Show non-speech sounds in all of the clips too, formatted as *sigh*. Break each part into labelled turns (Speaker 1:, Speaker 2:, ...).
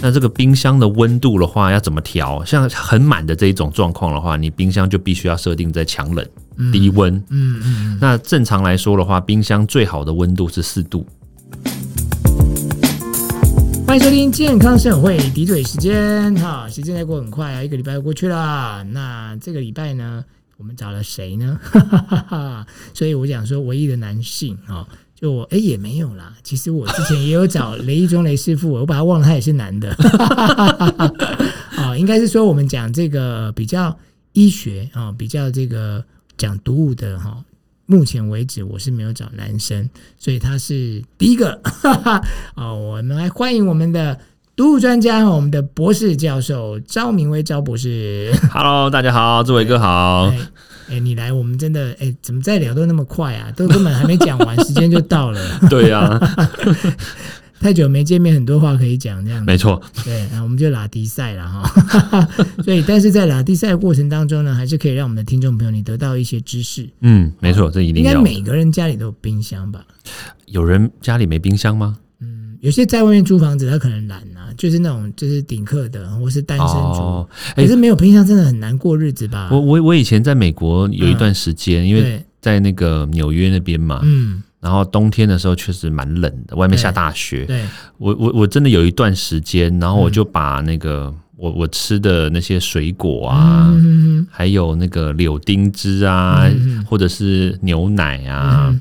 Speaker 1: 那这个冰箱的温度的话，要怎么调？像很满的这一种状况的话，你冰箱就必须要设定在强冷、低温。
Speaker 2: 嗯嗯，
Speaker 1: 那正常来说的话，冰箱最好的温度是四度。
Speaker 2: 欢迎收听健康生活会滴水时间哈，时间在过很快啊，一个礼拜又过去了。那这个礼拜呢，我们找了谁呢？ *laughs* 哈哈哈哈。所以我想说，唯一的男性啊，就我哎也没有啦。其实我之前也有找雷一中雷师傅，我把他忘了，他也是男的。 *laughs* 啊，应该是说我们讲这个比较医学啊，比较这个讲毒物的哈。目前为止，我是没有找男生，所以他是第一个。哈哈，啊，我们来欢迎我们的毒物专家，我们的博士教授赵明威赵博士。
Speaker 1: Hello，大家好，志伟哥好
Speaker 2: 哎。、哎你来，我们真的哎、怎么再聊都那么快啊？都根本还没讲完，时间就到了，
Speaker 1: *laughs* 对
Speaker 2: *laughs*
Speaker 1: 啊，
Speaker 2: 太久没见面，很多话可以讲，这样子
Speaker 1: 没错，
Speaker 2: 对，啊那我们就拉低赛了哈。 *laughs* 所以，但是在拉低赛的过程当中呢，还是可以让我们的听众朋友你得到一些知识。
Speaker 1: 嗯，没错，这一
Speaker 2: 应
Speaker 1: 定
Speaker 2: 该
Speaker 1: 要。
Speaker 2: 每个人家里都有冰箱吧？
Speaker 1: 有人家里没冰箱吗？
Speaker 2: 嗯，有些在外面租房子，他可能懒啊，就是那种就是顶客的，或是单身族。
Speaker 1: 哦，哎
Speaker 2: 可是没有冰箱真的很难过日子吧？
Speaker 1: 我我我以前在美国有一段时间，因为
Speaker 2: 嗯
Speaker 1: 啊
Speaker 2: 对，
Speaker 1: 在那个纽约那边嘛，
Speaker 2: 嗯，
Speaker 1: 然后冬天的时候确实蛮冷的，外面下大雪。
Speaker 2: 对，
Speaker 1: 我我我真的有一段时间，然后
Speaker 2: 嗯
Speaker 1: 我就把那个、我我吃的那些水果啊，
Speaker 2: 嗯
Speaker 1: 还有那个柳丁汁啊，
Speaker 2: 嗯嗯
Speaker 1: 或者是牛奶啊，
Speaker 2: 嗯，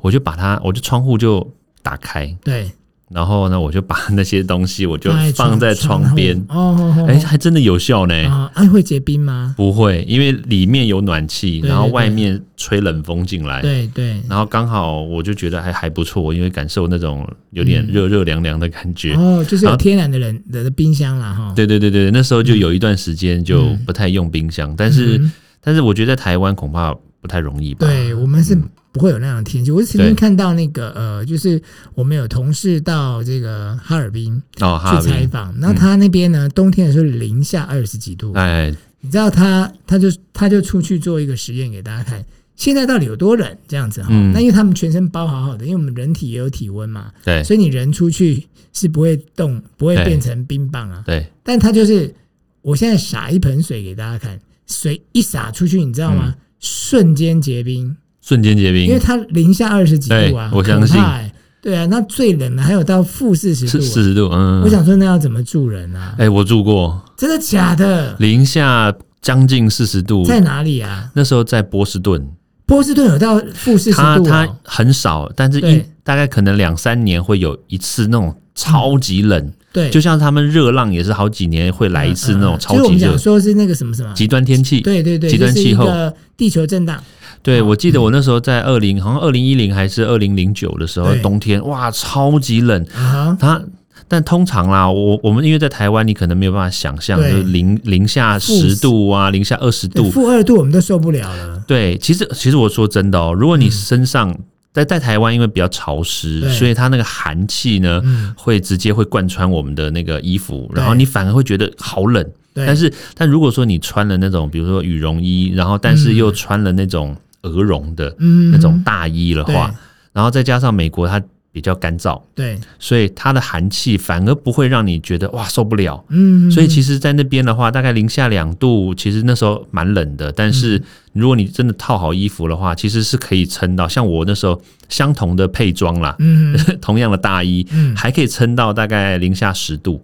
Speaker 1: 我就把它，我就窗户就打开，
Speaker 2: 对，
Speaker 1: 然后呢，我就把那些东西我就
Speaker 2: 放
Speaker 1: 放在窗边，
Speaker 2: 哦哦哦，
Speaker 1: 哎、还真的有效呢。
Speaker 2: 啊，哎，会结冰吗？
Speaker 1: 不会，因为里面有暖气，
Speaker 2: 对
Speaker 1: 然后
Speaker 2: 对对
Speaker 1: 外面吹冷风进来，
Speaker 2: 对对，
Speaker 1: 然后刚好我就觉得还还不错，因为感受那种有点
Speaker 2: 嗯
Speaker 1: 热热凉凉的感觉。
Speaker 2: 哦，就是有
Speaker 1: 然后
Speaker 2: 天然的冷的冰箱啦，哈。
Speaker 1: 啊对对对对，那时候就有一段时间就不太用冰箱，但是、
Speaker 2: 嗯
Speaker 1: 但是我觉得在台湾恐怕不太容易吧。
Speaker 2: 对我们是不会有那样的天气。我是曾经
Speaker 1: 嗯对
Speaker 2: 看到那个呃，就是我们有同事到这个哈尔滨
Speaker 1: 哦，哈
Speaker 2: 去
Speaker 1: 尔
Speaker 2: 采
Speaker 1: 滨，
Speaker 2: 访，然后他那边呢，冬天的时候零下二十几度，
Speaker 1: 哎，
Speaker 2: 你知道他他就他就出去做一个实验给大家看。现在到底有多冷？这样子哈，
Speaker 1: 嗯
Speaker 2: 那因为他们全身包好好的，因为我们人体也有体温嘛，
Speaker 1: 对
Speaker 2: 所以你人出去是不会动，不会
Speaker 1: 对
Speaker 2: 变成冰棒啊。
Speaker 1: 对，
Speaker 2: 但他就是，我现在洒一盆水给大家看，水一洒出去，你知道吗？瞬间结冰，
Speaker 1: 瞬间结
Speaker 2: 因为
Speaker 1: 嗯冰，
Speaker 2: 它零下二十几度啊，
Speaker 1: 对我
Speaker 2: 很可
Speaker 1: 相信
Speaker 2: 怕欸对啊，那最冷的还有到负四十
Speaker 1: 四
Speaker 2: 度、
Speaker 1: 四
Speaker 2: 啊。
Speaker 1: 十度，嗯，
Speaker 2: 我想说，那要怎么住人啊？
Speaker 1: 哎、我住过
Speaker 2: 真的假的？
Speaker 1: 零下将近四十度，
Speaker 2: 在哪里啊？
Speaker 1: 那时候在波士顿，
Speaker 2: 波士顿有到负四十
Speaker 1: 它
Speaker 2: 度
Speaker 1: 它
Speaker 2: 啊？
Speaker 1: 很少，但是一
Speaker 2: 对
Speaker 1: 大概可能两三年会有一次那种超级冷，
Speaker 2: 嗯对，
Speaker 1: 就像他们热浪也是好几年会来一次那种
Speaker 2: 嗯嗯嗯
Speaker 1: 超
Speaker 2: 就是我
Speaker 1: 级
Speaker 2: 们
Speaker 1: 热
Speaker 2: 讲、说是那个什么什么，
Speaker 1: 极端天气。
Speaker 2: 对对对，
Speaker 1: 极端
Speaker 2: 就是
Speaker 1: 气候
Speaker 2: 一个地球震荡，
Speaker 1: 对，
Speaker 2: 嗯
Speaker 1: 我记得我那时候在二零，好像二零一零还是二零零九的时候
Speaker 2: 对，
Speaker 1: 冬天哇，超级冷。
Speaker 2: 啊哈，
Speaker 1: 它但通常啦，我我们因为在台湾，你可能没有办法想象，就
Speaker 2: 对
Speaker 1: 是零零下十度啊，零下二十
Speaker 2: 对
Speaker 1: 度。
Speaker 2: 负二度我们都受不了了。
Speaker 1: 对，其实其实我说真的哦，如果你身上在在台湾，因为比较潮湿
Speaker 2: 嗯对，
Speaker 1: 所以它那个寒气呢，
Speaker 2: 嗯，
Speaker 1: 会直接会贯穿我们的那个衣服，
Speaker 2: 对
Speaker 1: 然后你反而会觉得好冷。
Speaker 2: 对，
Speaker 1: 但是，但如果说你穿了那种，比如说羽绒衣，然后但是
Speaker 2: 嗯
Speaker 1: 又穿了那种鹅绒的
Speaker 2: 嗯
Speaker 1: 那种大衣的话，
Speaker 2: 对
Speaker 1: 然后再加上美国它比较干燥，
Speaker 2: 对，
Speaker 1: 所以它的寒气反而不会让你觉得哇受不了。
Speaker 2: 嗯，
Speaker 1: 所以其实，在那边的话，大概零下两度，其实那时候蛮冷的。但
Speaker 2: 嗯
Speaker 1: 是如果你真的套好衣服的话，其实是可以撑到。像我那时候相同的配装啦，
Speaker 2: 嗯
Speaker 1: *laughs* 同样的大衣，
Speaker 2: 嗯，
Speaker 1: 还可以撑到大概零下十度。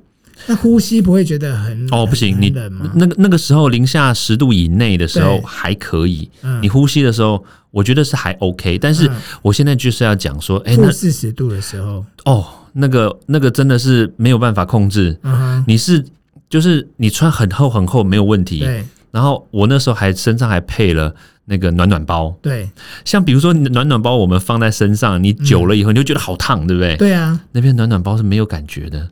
Speaker 2: 那呼吸不会觉得很
Speaker 1: 哦，不行，
Speaker 2: 很
Speaker 1: 你
Speaker 2: 冷吗？
Speaker 1: 那个那个时候零下十度以内的时候
Speaker 2: 对
Speaker 1: 还可以，
Speaker 2: 嗯
Speaker 1: 你呼吸的时候我觉得是还 OK，但是
Speaker 2: 嗯
Speaker 1: 我现在就是要讲说，哎、
Speaker 2: 负
Speaker 1: 那
Speaker 2: 四十度的时候，
Speaker 1: 哦，那个那个真的是没有办法控制，
Speaker 2: 嗯哼，
Speaker 1: 你是就是你穿很厚很厚没有问题，
Speaker 2: 对
Speaker 1: 然后我那时候还身上还配了。那个暖暖包，
Speaker 2: 对
Speaker 1: 像比如说你的暖暖包，我们放在身上，你久了以后你就觉得好烫，对不对？
Speaker 2: 嗯对啊， *laughs*
Speaker 1: 那边暖暖包是没有感觉的，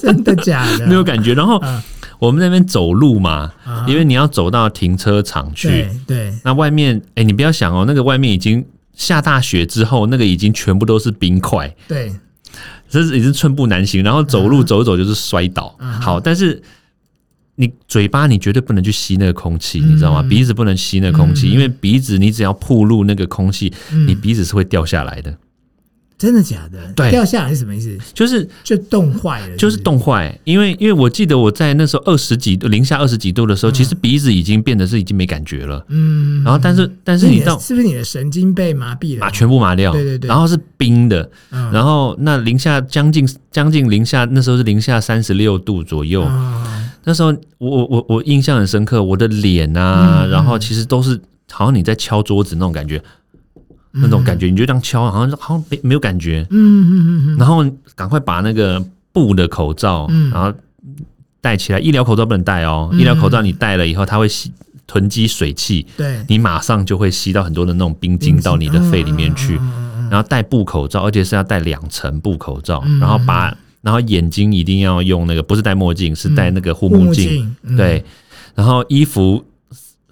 Speaker 2: 真的假
Speaker 1: *laughs*
Speaker 2: 的？
Speaker 1: 没有感觉。然后
Speaker 2: 啊
Speaker 1: 我们那边走路嘛，
Speaker 2: 嗯啊
Speaker 1: 因为你要走到停车场去，
Speaker 2: 对对
Speaker 1: 那外面，哎、你不要想哦，那个外面已经下大雪之后，那个已经全部都是冰块，
Speaker 2: 对，
Speaker 1: 这是已经寸步难行。然后走路走一走就是摔倒。
Speaker 2: 嗯嗯哼
Speaker 1: 好，但是你嘴巴你绝对不能去吸那个空气，
Speaker 2: 嗯
Speaker 1: 你知道吗？鼻子不能吸那个空气，
Speaker 2: 嗯
Speaker 1: 因为鼻子你只要暴露那个空气，
Speaker 2: 嗯
Speaker 1: 你鼻子是会掉下来的。
Speaker 2: 真的假的？
Speaker 1: 对
Speaker 2: 掉下来是什么意思？
Speaker 1: 就是
Speaker 2: 就冻坏了，
Speaker 1: 就是
Speaker 2: 不
Speaker 1: 冻坏，因为因为我记得我在那时候二十几度零下二十几度的时候，其实鼻子已经变得是已经没感觉了，
Speaker 2: 嗯，
Speaker 1: 然后但是但是
Speaker 2: 是
Speaker 1: 你
Speaker 2: 的
Speaker 1: 到
Speaker 2: 是不是你的神经被麻痹了？
Speaker 1: 把全部麻掉，
Speaker 2: 对对对
Speaker 1: 然后是冰的，
Speaker 2: 嗯
Speaker 1: 然后那零下将近将近零下那时候是零下三十六度左右，
Speaker 2: 啊，
Speaker 1: 那时候我我我我印象很深刻，我的脸啊，
Speaker 2: 嗯嗯
Speaker 1: 然后其实都是好像你在敲桌子那种感觉，那种感觉，你就这样敲，好像好像没没有感觉，
Speaker 2: 嗯嗯嗯嗯嗯
Speaker 1: 然后赶快把那个布的口罩，
Speaker 2: 嗯
Speaker 1: 然后戴起来。医疗口罩不能戴哦，
Speaker 2: 嗯
Speaker 1: 医疗口罩你戴了以后，它会吸囤积水汽，
Speaker 2: 嗯，对，
Speaker 1: 你马上就会吸到很多的那种冰晶到你的肺里面去。
Speaker 2: 嗯嗯嗯嗯
Speaker 1: 然后戴布口罩，而且是要戴两层布口罩，
Speaker 2: 嗯
Speaker 1: 然后把然后眼睛一定要用那个不是戴墨镜，是戴那个护
Speaker 2: 护
Speaker 1: 目
Speaker 2: 目
Speaker 1: 镜，
Speaker 2: 镜，嗯，
Speaker 1: 对。然后衣服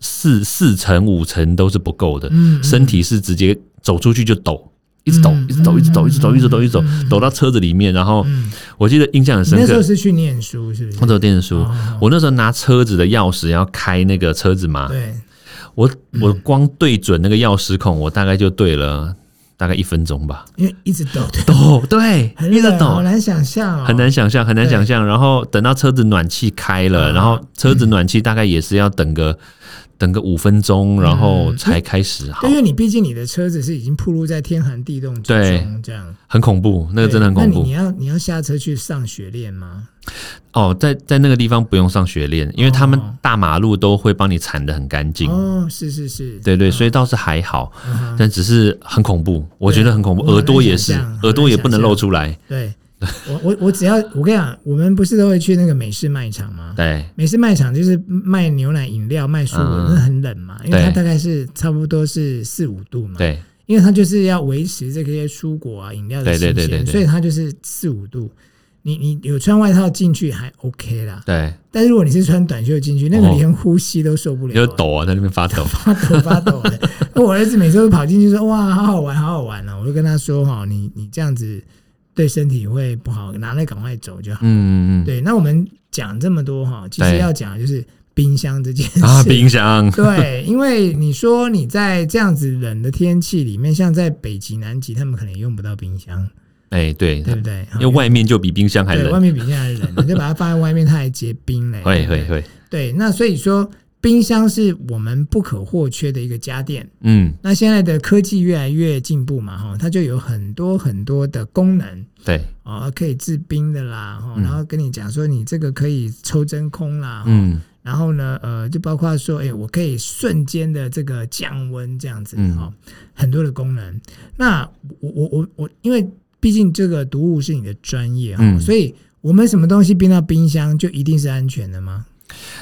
Speaker 1: 四四层五层都是不够的，
Speaker 2: 嗯，嗯
Speaker 1: 身体是直接走出去就抖，一直抖
Speaker 2: 嗯，
Speaker 1: 一直抖，一直抖，一直抖，一直抖，一直抖，抖到车子里面。然后
Speaker 2: 嗯
Speaker 1: 我记得印象很
Speaker 2: 你那
Speaker 1: 深
Speaker 2: 时候
Speaker 1: 刻，
Speaker 2: 是去念书是不是？
Speaker 1: 我走电子书
Speaker 2: 哦哦，
Speaker 1: 我那时候拿车子的钥匙要开那个车子嘛，
Speaker 2: 对，
Speaker 1: 我
Speaker 2: 嗯
Speaker 1: 我光对准那个钥匙孔，我大概就对了大概一分钟吧。
Speaker 2: 因为一直抖，哦对，
Speaker 1: 抖，对，*laughs*
Speaker 2: 很
Speaker 1: 一直
Speaker 2: 冷好
Speaker 1: 抖。
Speaker 2: 难想象哦，
Speaker 1: 很难想象，很难
Speaker 2: 对
Speaker 1: 想象。然后等到车子暖气开了，
Speaker 2: 嗯
Speaker 1: 然后车子暖气大概也是要等个等个五分钟，然
Speaker 2: 嗯
Speaker 1: 后才开始好
Speaker 2: 对，因，为你毕竟你的车子是已经暴露在天寒地冻之中，
Speaker 1: 对
Speaker 2: 这样
Speaker 1: 很恐怖，那个真的很
Speaker 2: 对
Speaker 1: 恐
Speaker 2: 那你
Speaker 1: 怖
Speaker 2: 你。要你要下车去上学练吗？
Speaker 1: 哦，在在那个地方不用上学练，因为他们
Speaker 2: 哦
Speaker 1: 大马路都会帮你铲得很干净。
Speaker 2: 哦，是是是，
Speaker 1: 对对，所以倒是还好，
Speaker 2: 嗯哼，
Speaker 1: 但只是很恐怖，我觉得很恐怖，
Speaker 2: 我很
Speaker 1: 耳朵也
Speaker 2: 难
Speaker 1: 是
Speaker 2: 想象，
Speaker 1: 耳朵也不能
Speaker 2: 很难想象
Speaker 1: 露出来。
Speaker 2: 对， *laughs* 我我我只要我跟你讲，我们不是都会去那个美式卖场吗？
Speaker 1: 对，
Speaker 2: 美式卖场就是卖牛奶饮料、卖蔬果，
Speaker 1: 嗯
Speaker 2: 那很冷嘛，因为它
Speaker 1: 对
Speaker 2: 大概是差不多是四五度嘛。，
Speaker 1: 对，
Speaker 2: 因为它就是要维持这些蔬果啊、饮料的
Speaker 1: 对
Speaker 2: 新
Speaker 1: 对
Speaker 2: 鲜，
Speaker 1: 对对对
Speaker 2: 所以它就是四五度。你你有穿外套进去还 OK 啦，
Speaker 1: 对，
Speaker 2: 但是如果你是穿短袖进去，那个
Speaker 1: 哦
Speaker 2: 连呼吸都受不了、
Speaker 1: 就抖啊，在那边发抖。
Speaker 2: 发抖发抖的。那我儿子每次都跑进去说：“哇，好好玩，好好玩哦！”我就跟他说：“哈，你你这样子对身体会不好，拿那赶快走就好。
Speaker 1: *laughs* 嗯嗯
Speaker 2: 对，那我们讲这么多哈，其实
Speaker 1: 对
Speaker 2: 要讲的就是冰箱这件事。
Speaker 1: 嗯，啊，冰箱，
Speaker 2: 对，因为你说你在这样子冷的天气里面，像在北极、南极，他们可能也用不到冰箱，
Speaker 1: 哎，对，
Speaker 2: 对不对？
Speaker 1: 因为外面就比冰箱还
Speaker 2: 对外
Speaker 1: 冷，
Speaker 2: 面比现在冷，你
Speaker 1: *laughs*
Speaker 2: 就把它放在外面，它还结冰嘞。
Speaker 1: 会会会，
Speaker 2: 对，那所以说冰箱是我们不可或缺的一个家电。
Speaker 1: 嗯，
Speaker 2: 那现在的科技越来越进步嘛，哈，它就有很多很多的功能
Speaker 1: 对，
Speaker 2: 哦，可以制冰的啦，哈，
Speaker 1: 嗯
Speaker 2: 然后跟你讲说你这个可以抽真空啦，嗯，
Speaker 1: 嗯
Speaker 2: 然后呢，呃，就包括说，哎、我可以瞬间的这个降温这样子，
Speaker 1: 嗯
Speaker 2: 哦，很多的功能。那我我我我，因为毕竟这个读物是你的专业哈、
Speaker 1: 嗯
Speaker 2: 所以我们什么东西冰到冰箱就一定是安全的吗？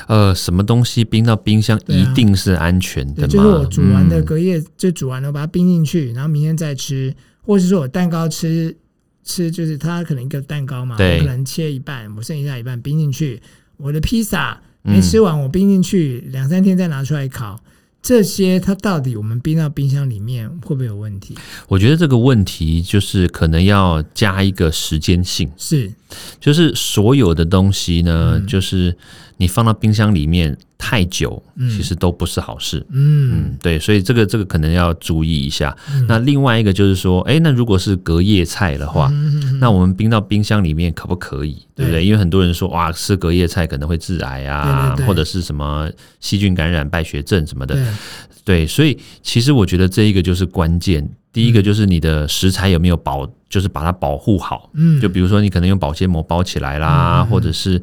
Speaker 1: 呃，什么东西冰到冰箱
Speaker 2: 对
Speaker 1: 一
Speaker 2: 啊
Speaker 1: 定是安全的
Speaker 2: 对，
Speaker 1: 嘛？
Speaker 2: 就是我煮完的
Speaker 1: 嗯
Speaker 2: 隔夜、就煮完了，我把它冰进去，然后明天再吃，或者是说我蛋糕吃吃，就是它可能一个蛋糕嘛，
Speaker 1: 对
Speaker 2: 我可能切一半，我剩下一半冰进去。我的披萨
Speaker 1: 嗯
Speaker 2: 没哎吃完，我冰进去两三天再拿出来烤，这些它到底我们冰到冰箱里面会不会有问题？
Speaker 1: 我觉得这个问题就是可能要加一个时间性，
Speaker 2: 是，
Speaker 1: 就是所有的东西呢，
Speaker 2: 嗯
Speaker 1: 就是你放到冰箱里面太久，
Speaker 2: 嗯
Speaker 1: 其实都不是好事。
Speaker 2: 嗯
Speaker 1: 嗯，对，所以这个这个可能要注意一下。
Speaker 2: 嗯
Speaker 1: 那另外一个就是说，哎、那如果是隔夜菜的话，
Speaker 2: 嗯
Speaker 1: 那我们冰到冰箱里面可不可以？对不
Speaker 2: 对
Speaker 1: 对？因为很多人说，哇，吃隔夜菜可能会致癌啊，
Speaker 2: 对对对
Speaker 1: 或者是什么细菌感染、败血症什么的。
Speaker 2: 对，
Speaker 1: 对，所以其实我觉得这一个就是关键。第
Speaker 2: 嗯
Speaker 1: 一个就是你的食材有没有保，就是把它保护好。
Speaker 2: 嗯，
Speaker 1: 就比如说，你可能用保鲜膜包起来啦，
Speaker 2: 嗯嗯嗯
Speaker 1: 或者是，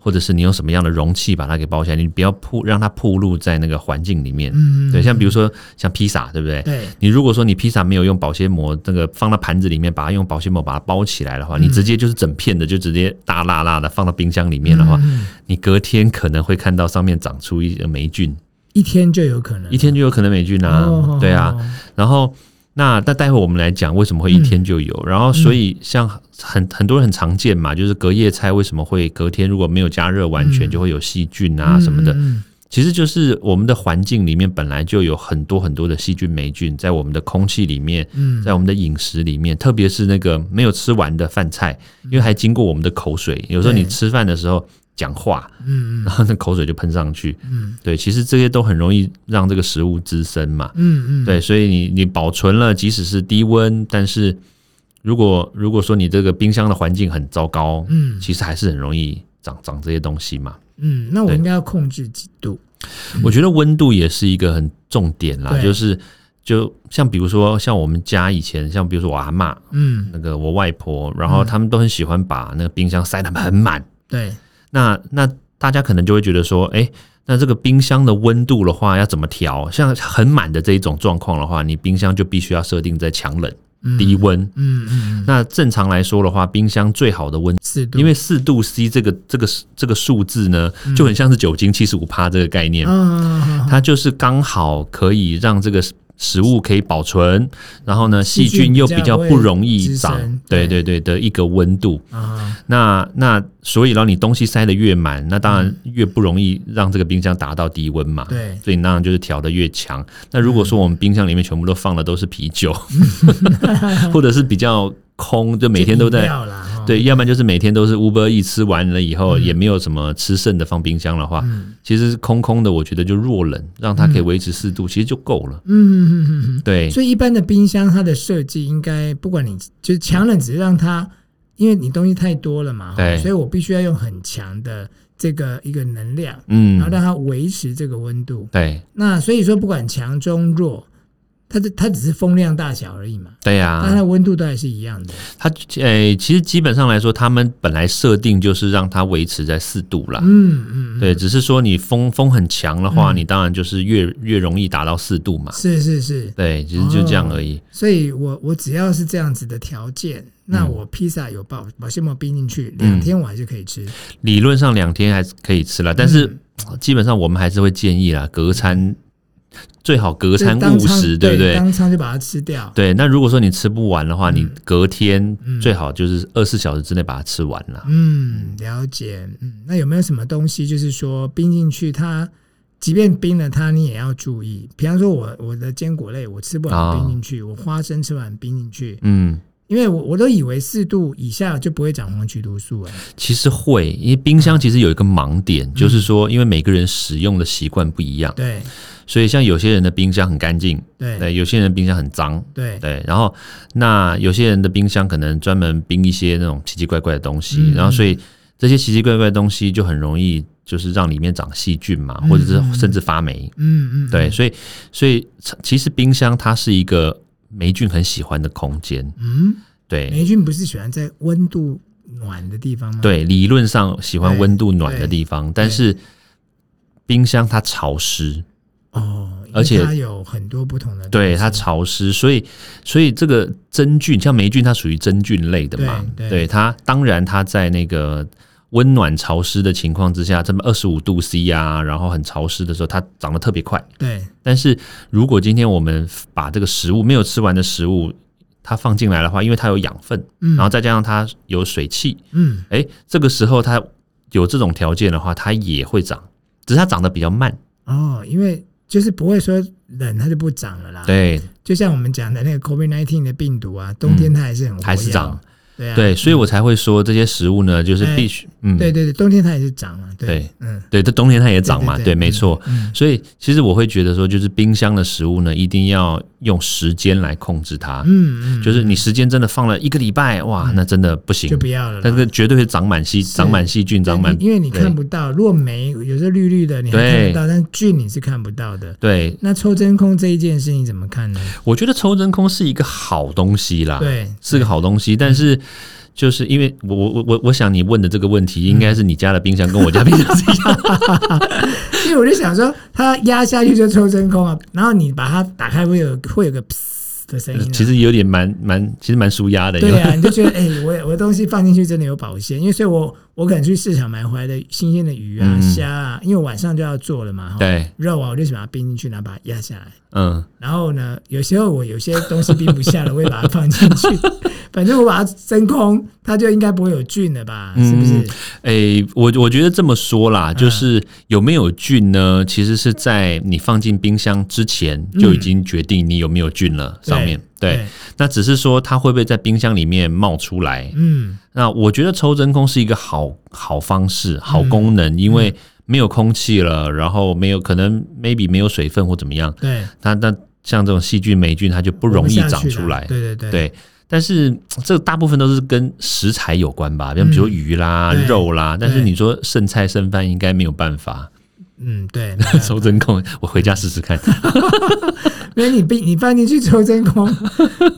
Speaker 1: 或者是你用什么样的容器把它给包起来，你不要铺让它铺露在那个环境里面。
Speaker 2: 嗯，
Speaker 1: 对，像比如说像披萨，对不对？
Speaker 2: 对，
Speaker 1: 你如果说你披萨没有用保鲜膜，那个放到盘子里面，把它用保鲜膜把它包起来的
Speaker 2: 嗯
Speaker 1: 话，你直接就是整片的就直接大辣辣的放到冰箱里面的话，
Speaker 2: 嗯
Speaker 1: 你隔天可能会看到上面长出一个霉菌，
Speaker 2: 一天就有可能，
Speaker 1: 一天就有可能霉菌啊，
Speaker 2: 嗯哦
Speaker 1: 对啊。，然后那那待会我们来讲为什么会一天就有，然
Speaker 2: 嗯
Speaker 1: 后所以像很很多人很常见嘛，就是隔夜菜为什么会隔天如果没有加热完全
Speaker 2: 嗯
Speaker 1: 就会有细菌啊什么的，
Speaker 2: 嗯嗯嗯
Speaker 1: 其实就是我们的环境里面本来就有很多很多的细菌霉菌在我们的空气里面。
Speaker 2: 嗯，
Speaker 1: 在我们的饮食里面，特别是那个没有吃完的饭菜，因为还经过我们的口水，有时候
Speaker 2: 嗯对
Speaker 1: 你吃饭的时候讲话，
Speaker 2: 嗯
Speaker 1: 然后那口水就喷上去，
Speaker 2: 嗯
Speaker 1: 对，其实这些都很容易让这个食物滋生嘛。
Speaker 2: 嗯嗯，
Speaker 1: 对，所以你你保存了，即使是低温，但是如果如果说你这个冰箱的环境很糟糕，
Speaker 2: 嗯
Speaker 1: 其实还是很容易长长这些东西嘛。
Speaker 2: 嗯，那我
Speaker 1: 对
Speaker 2: 应该要控制几度？
Speaker 1: 我觉得温度也是一个很重点啦，
Speaker 2: 对
Speaker 1: 就是就像比如说像我们家以前，像比如说我阿嬷
Speaker 2: 嗯，
Speaker 1: 那个我外婆，然后他们都很喜欢把那个冰箱塞得很满。
Speaker 2: 对，
Speaker 1: 那那大家可能就会觉得说，哎、那这个冰箱的温度的话要怎么调？像很满的这一种状况的话，你冰箱就必须要设定在强冷、
Speaker 2: 嗯
Speaker 1: 低温。
Speaker 2: 嗯嗯，嗯
Speaker 1: 那正常来说的话，冰箱最好的温，
Speaker 2: 四度，
Speaker 1: 因为四度 C 这个这个这个数字呢，就很像是酒精七十五帕这个概念，
Speaker 2: 嗯，
Speaker 1: 它就是刚好可以让这个食食物可以保存，然后呢，
Speaker 2: 细
Speaker 1: 细
Speaker 2: 菌
Speaker 1: 菌又比较
Speaker 2: 比较
Speaker 1: 不容易
Speaker 2: 会滋
Speaker 1: 长
Speaker 2: 生，
Speaker 1: 对
Speaker 2: 对
Speaker 1: 对对的一个温度。
Speaker 2: 它啊，
Speaker 1: 那那所以，让你东西塞得越满，那当然越不容易让这个冰箱达到低温嘛。
Speaker 2: 对，
Speaker 1: 所以你当然就是调得越强。那如果说我们冰箱里面全部都放的都是啤
Speaker 2: *laughs*
Speaker 1: 酒，或者是比较空，就每天都
Speaker 2: 就饮
Speaker 1: 在
Speaker 2: 料啦，哈，
Speaker 1: 对，要不然就是每天都是 Uber E 吃完了以后、也没有什么吃剩的放冰箱的话，
Speaker 2: 嗯
Speaker 1: 其实是空空的，我觉得就弱冷，让它可以维持四度，其实就够了。
Speaker 2: 嗯嗯嗯嗯
Speaker 1: 对
Speaker 2: 嗯，，所以一般的冰箱它的设计应该不管你就是强冷，只是让它，因为你东西太多了嘛，哈
Speaker 1: 对
Speaker 2: 所以我必须要用很强的这个一个能量，然后
Speaker 1: 嗯，
Speaker 2: 让它维持这个温度。
Speaker 1: 对，
Speaker 2: 那所以说，不管强中弱，它的它只是风量大小而已嘛，
Speaker 1: 对呀、
Speaker 2: 但它的温度都还是一样的。
Speaker 1: 它诶、其实基本上来说，他们本来设定就是让它维持在四度啦。
Speaker 2: 嗯嗯，嗯，
Speaker 1: 对，只是说你风风很强的话，你当然就是越越容易达到四度嘛。
Speaker 2: 是是是。
Speaker 1: 对，其实就这样而已。
Speaker 2: 所以我我只要是这样子的条件，那我
Speaker 1: 嗯
Speaker 2: 披萨有保保鲜膜冰进去，两天我还是可以吃。
Speaker 1: 理论上两天还是可以吃啦，但
Speaker 2: 嗯
Speaker 1: 是基本上我们还是会建议啦，隔餐最好隔
Speaker 2: 就是
Speaker 1: 餐
Speaker 2: 当
Speaker 1: 误
Speaker 2: 场
Speaker 1: 食，对不对？
Speaker 2: 当场就把它吃掉。
Speaker 1: 对，那如果说你吃不完的话，你隔天
Speaker 2: 嗯
Speaker 1: 最好就是二十四小时之内把它吃完啦。
Speaker 2: 嗯，了解。嗯，那有没有什么东西，就是说冰进去它，即便冰了它，你也要注意。比方说我我的坚果类，我吃不完
Speaker 1: 哦
Speaker 2: 冰进去，我花生吃完冰进去，
Speaker 1: 嗯，
Speaker 2: 因为我我都以为四度以下就不会长黄曲毒素哎、
Speaker 1: 其实会，因为冰
Speaker 2: 嗯
Speaker 1: 箱其实有一个盲点，就是说，因为每个人使用的习惯不一样，
Speaker 2: 对
Speaker 1: 所以像有些人的冰箱很干净，
Speaker 2: 对对
Speaker 1: 对，有些人的冰箱很脏，
Speaker 2: 对
Speaker 1: 对，然后那有些人的冰箱可能专门冰一些那种奇奇怪怪的东西，
Speaker 2: 嗯
Speaker 1: 然后所以这些奇奇怪怪的东西就很容易就是让里面长细菌嘛，
Speaker 2: 嗯
Speaker 1: 或者是甚至发霉。
Speaker 2: 嗯嗯，
Speaker 1: 对，所以所以其实冰箱它是一个霉菌很喜欢的空间，
Speaker 2: 嗯，
Speaker 1: 对。
Speaker 2: 霉菌不是喜欢在温度暖的地方吗？，
Speaker 1: 对，理论上喜欢
Speaker 2: 对
Speaker 1: 温度暖的
Speaker 2: 对
Speaker 1: 地方，但是冰箱它潮湿，
Speaker 2: 哦，因为
Speaker 1: 而且
Speaker 2: 它有很多不同的东西，
Speaker 1: 对它潮湿，所以所以这个真菌，像霉菌，它属于真菌类的嘛，
Speaker 2: 对对
Speaker 1: 它当然它在那个温暖潮湿的情况之下，这么二十五度 C 啊，然后很潮湿的时候，它长得特别快。
Speaker 2: 对
Speaker 1: 但是如果今天我们把这个食物没有吃完的食物，它放进来的话，因为它有养分，
Speaker 2: 嗯
Speaker 1: 然后再加上它有水汽，
Speaker 2: 嗯
Speaker 1: 哎、这个时候它有这种条件的话，它也会长，只是它长得比较慢。
Speaker 2: 哦，因为就是不会说冷它就不长了啦。。
Speaker 1: 对，
Speaker 2: 就像我们讲的那个 COVID 1 9的病毒啊，冬天它还是很活跃
Speaker 1: 嗯还是长，
Speaker 2: 对啊，
Speaker 1: 对，所以我才会说这些食物呢，就是必须，嗯，
Speaker 2: 对对对，冬天它也是长啊，对，
Speaker 1: 对
Speaker 2: 嗯，
Speaker 1: 对，这冬天它也长嘛，
Speaker 2: 对对
Speaker 1: 对，
Speaker 2: 对
Speaker 1: 没错。
Speaker 2: 嗯
Speaker 1: 所以其实我会觉得说，就是冰箱的食物呢，一定要用时间来控制它。
Speaker 2: 嗯嗯，
Speaker 1: 啊
Speaker 2: 嗯
Speaker 1: 就是你时间真的放了一个礼拜，哇，那真的不行
Speaker 2: 就，不要了啦，
Speaker 1: 那个绝对会长满细、
Speaker 2: 是
Speaker 1: 长满细菌、长满
Speaker 2: 因为你
Speaker 1: 对
Speaker 2: 看不到，如果霉有时候绿绿的你还看
Speaker 1: 对
Speaker 2: 得到，但菌你是看不到的。
Speaker 1: 对，
Speaker 2: 那抽真空这一件事你怎么看呢？
Speaker 1: 我觉得抽真空是一个好东西啦，
Speaker 2: 对， *laughs* 嗯
Speaker 1: 是个好东西，但是。就是因为我我我我我想你问的这个问
Speaker 2: 嗯
Speaker 1: 题，应该是你家的冰箱跟我家冰箱是
Speaker 2: *laughs*
Speaker 1: 一样。
Speaker 2: 因为我就想说，它压下去就抽真空啊，然后你把它打开会有会有个 *laughs* 噗的声音啊。
Speaker 1: 其实有点蛮蛮，其实蛮舒压的。因为
Speaker 2: 对啊，你就觉得哎、我我的东西放进去真的有保鲜，因为所以我我可能去市场买回来的新鲜的鱼啊、
Speaker 1: 嗯
Speaker 2: 虾啊，因为晚上就要做了嘛，哈
Speaker 1: 对，
Speaker 2: 肉啊，我就想把它冰进去，然后把它压下来。
Speaker 1: 嗯，
Speaker 2: 然后呢，有时候我有些东西冰不下了，我也把它放进去。 *laughs* 反正我把它真空，它就应该不会有菌了吧？是不
Speaker 1: 嗯
Speaker 2: 是？
Speaker 1: 诶、哎我我觉得这么说
Speaker 2: 嗯
Speaker 1: 啦，就是有没有菌呢？其实是在你放进冰箱之前就已经决定你有没有菌了。
Speaker 2: 嗯对
Speaker 1: 上面对，
Speaker 2: 对
Speaker 1: 那只是说它会不会在冰箱里面冒出来？
Speaker 2: 嗯，
Speaker 1: 那我觉得抽真空是一个好好方式、好功能，因
Speaker 2: 嗯
Speaker 1: 为没有空气了，然后没有可能 maybe 没有水分或怎么样，
Speaker 2: 对，
Speaker 1: 它那像这种细菌霉菌它就不容易
Speaker 2: 活不下去
Speaker 1: 长
Speaker 2: 了
Speaker 1: 出来。
Speaker 2: 对对对，
Speaker 1: 对，但是这大部分都是跟食材有关吧，比如
Speaker 2: 嗯
Speaker 1: 鱼啦、
Speaker 2: 对
Speaker 1: 肉啦。但是
Speaker 2: 对
Speaker 1: 你说剩菜剩饭应该没有办法。
Speaker 2: 嗯，对，
Speaker 1: *laughs* 抽真空，我回家试试
Speaker 2: *laughs*
Speaker 1: 看。
Speaker 2: 因为你被你放进去抽真
Speaker 1: *laughs*
Speaker 2: 空，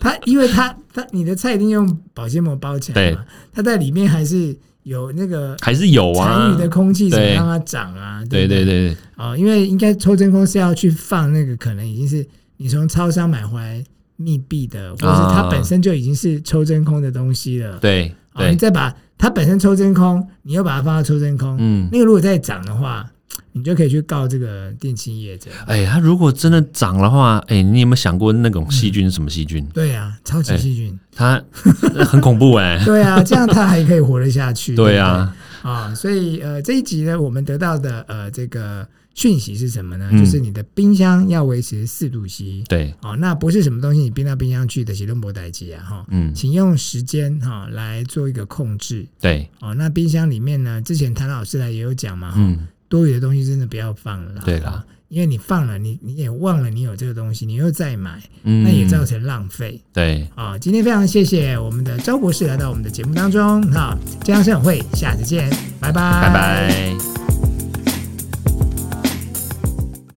Speaker 2: 它因为它它你的菜一定用保鲜膜包起来嘛，它在里面还是有那个
Speaker 1: 还是有
Speaker 2: 残
Speaker 1: 啊
Speaker 2: 余，的空气，怎么
Speaker 1: 对
Speaker 2: 让它长啊？
Speaker 1: 对
Speaker 2: 不
Speaker 1: 对对，
Speaker 2: 哦，因为应该抽真空是要去放那个，可能已经是你从超商买回来密闭的，或者是它
Speaker 1: 啊
Speaker 2: 本身就已经是抽真空的东西了。
Speaker 1: 对
Speaker 2: 哦，你
Speaker 1: 对，
Speaker 2: 再把它本身抽真空，你又把它放到抽真空，
Speaker 1: 嗯，
Speaker 2: 那个如果再涨的话，你就可以去告这个电器业者。
Speaker 1: 哎，它如果真的长的话，哎，你有没有想过那种细菌是什么细菌？
Speaker 2: 对呀、啊，超级
Speaker 1: 哎
Speaker 2: 细菌。
Speaker 1: 它很恐怖 *laughs* 哎。
Speaker 2: 对啊，这样它还可以活得下去。
Speaker 1: 对啊，
Speaker 2: *laughs* 对不对，啊，所以呃，这一集呢，我们得到的呃这个讯息是什么呢？
Speaker 1: 嗯
Speaker 2: 就是你的冰箱要维持四度 C。
Speaker 1: 对，
Speaker 2: 哦，那不是什么东西你冰到冰箱去的，其实莫代机啊哈。
Speaker 1: 嗯，
Speaker 2: 请用时间哈、来做一个控制
Speaker 1: 对，
Speaker 2: 哦。那冰箱里面呢，之前谭老师来也有讲嘛，哈
Speaker 1: 嗯，
Speaker 2: 多余的东西真的不要放了啦。
Speaker 1: 对啦
Speaker 2: 啦，因为你放了，你你也忘了你有这个东西，你又再买，
Speaker 1: 嗯，
Speaker 2: 那也造成浪费。
Speaker 1: 对，
Speaker 2: 啊、今天非常谢谢我们的周博士来到我们的节目当中。那健康生活会，下次见，拜拜，
Speaker 1: 拜拜。